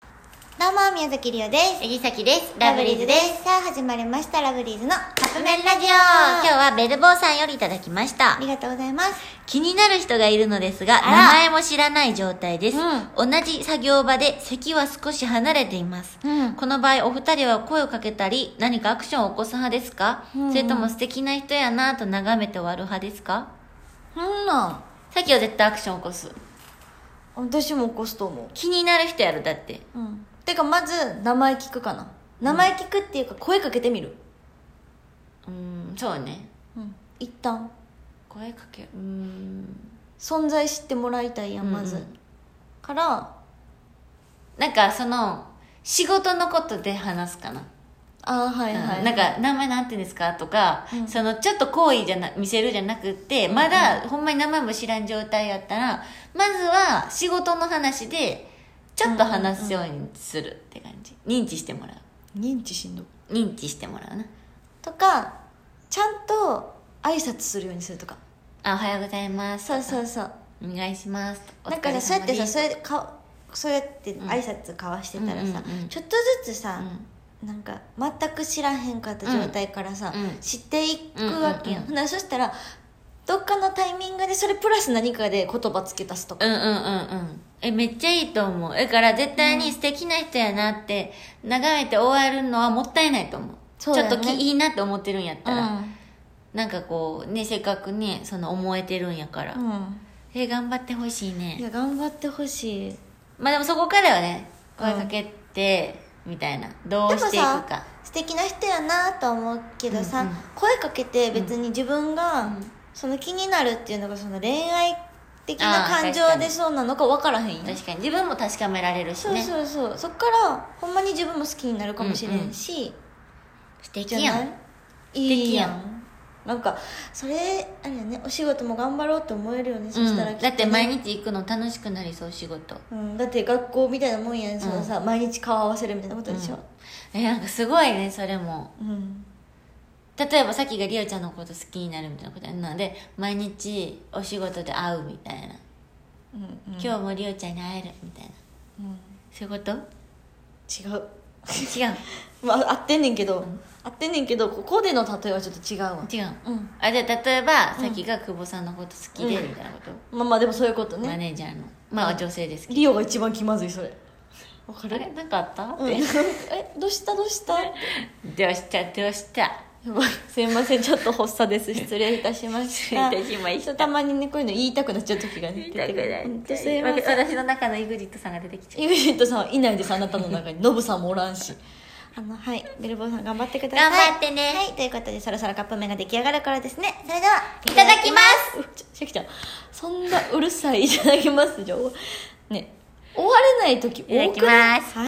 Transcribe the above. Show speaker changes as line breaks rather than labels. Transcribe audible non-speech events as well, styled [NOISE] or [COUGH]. どうも宮崎りおです
杉崎です
ラブリーズですさあ始まりましたラブリーズのカップ麺ラジオ
今
今日
日はベルボーさんよりいただきました
ありがとうございます
気になる人がいるのですが
あ
名
ら
前も知らない状態です、同じ作業場で席は少し離れています、
うん
この場合お二人は声をかけたり何かアクションを起こす派ですか、
うん
それとも素敵な人やなぁと眺めて終わる派ですか
うんな
さっきは絶対アクション起こす
私も起こすと思
気になる人やろだって
ううんてかまず名前聞くかな名前聞くっていうか声かけてみる
うーんそうね
うん一旦
声かけうーん
存在知ってもらいたいやんまず、
うんうん
から
なんかその仕事のことで話すかな
あーはいはい、
なんか名前なんて言うんですかとか、そのちょっと好意じゃな見せるじゃなくってまだほんまに名前も知らん状態やったらまずは仕事の話でちょっと話すようにするって感じ認知してもらう
認知しんど
認知してもらうな
とかちゃんと挨拶するようにするとか
あおはようございます
そうそううそう
お願いします
なんかさそうやってさそ
れ
れかそうやって挨拶交わしてたらさ、
うんうんうん
ちょっとずつさ、なんか全く知らへんかった状態からさ、
うんうん
知っていくわけやん,、
うんう
ほ
んうん
んならそしたらどっかのタイミングでそれプラス何かで言葉付け足すとか、
うんうんうんうんえめっちゃいいと思うだから絶対に素敵な人やなって眺めて終わるのはもったいないと思う
そうだよね
ちょっときいいなって思ってるんやったら、
うん
なんかこうねせっかくねその思えてるんやから、
うん
え頑張ってほしい
い
ね
や頑張ってほしい
まあでもそこからはね
うん
声かけて、みたいなどう
でも
していく
さ
か
素敵な人やなとは思うけどさ、
うんうん
声かけて別に自分が、
うん
その気になるっていうのがその恋愛的な
あー
感情
確かに
でそうなのか分からへんやん
確かに自分も確かめられるし
そう
ね
そうそう、そっからほんまに自分も好きになるかもしれんし、
素敵
じゃ
や
ない
ん
いいや
素敵
んなんかそれあれやねお仕事も頑張ろうって思えるよね、そ
うん
したらきとね
だって毎日行くの楽しくなりそう仕事
うん、だって学校みたいなもんやんそのさ、毎日顔合わせるみたいなことでしょ、
えなんかすごいねそれも
うん
例えばさっきがりおちゃんのこと好きになるみたいなことやんなので毎日お仕事で会うみたいな、
うんうん
今日もりおちゃんに会えるみたいなそういうこと
うん、違う、
違う
まあ、合ってんねんけど、合ってんねんけどここでの例えはちょっと違うわ
違う
うん
あじゃあ例えば、さっきが久保さんのこと好きで
うん
みたいなこと、
まあまあでもそういうこと
マ
ね
ネージャーのまあ女性ですけ
リオが一番気まずいそれわか
ど、あ
る
れなんかあったっ
うん、
て、
[LAUGHS] えどうしたどうしたって
どうしたどうした
やばいすいませんちょっと発作です失礼いたしました
失礼いたしました
ちょっとたまにねこういうの言いたく [LAUGHS] なっちゃう時がね出てくる本当すいません
私の中の EXIT さんが出てきちゃう
EXIT さんはいないですあなたの中にノブさんもおらんしあのはいベルボーさん頑張ってください
頑張ってね
はいということでそろそろカップ麺が出来上がるからですねそれではい
ただきます
ちょシャキちゃんそんなうるさい「いただきます」じゃ終わね終われない時多くない
ただきます
はい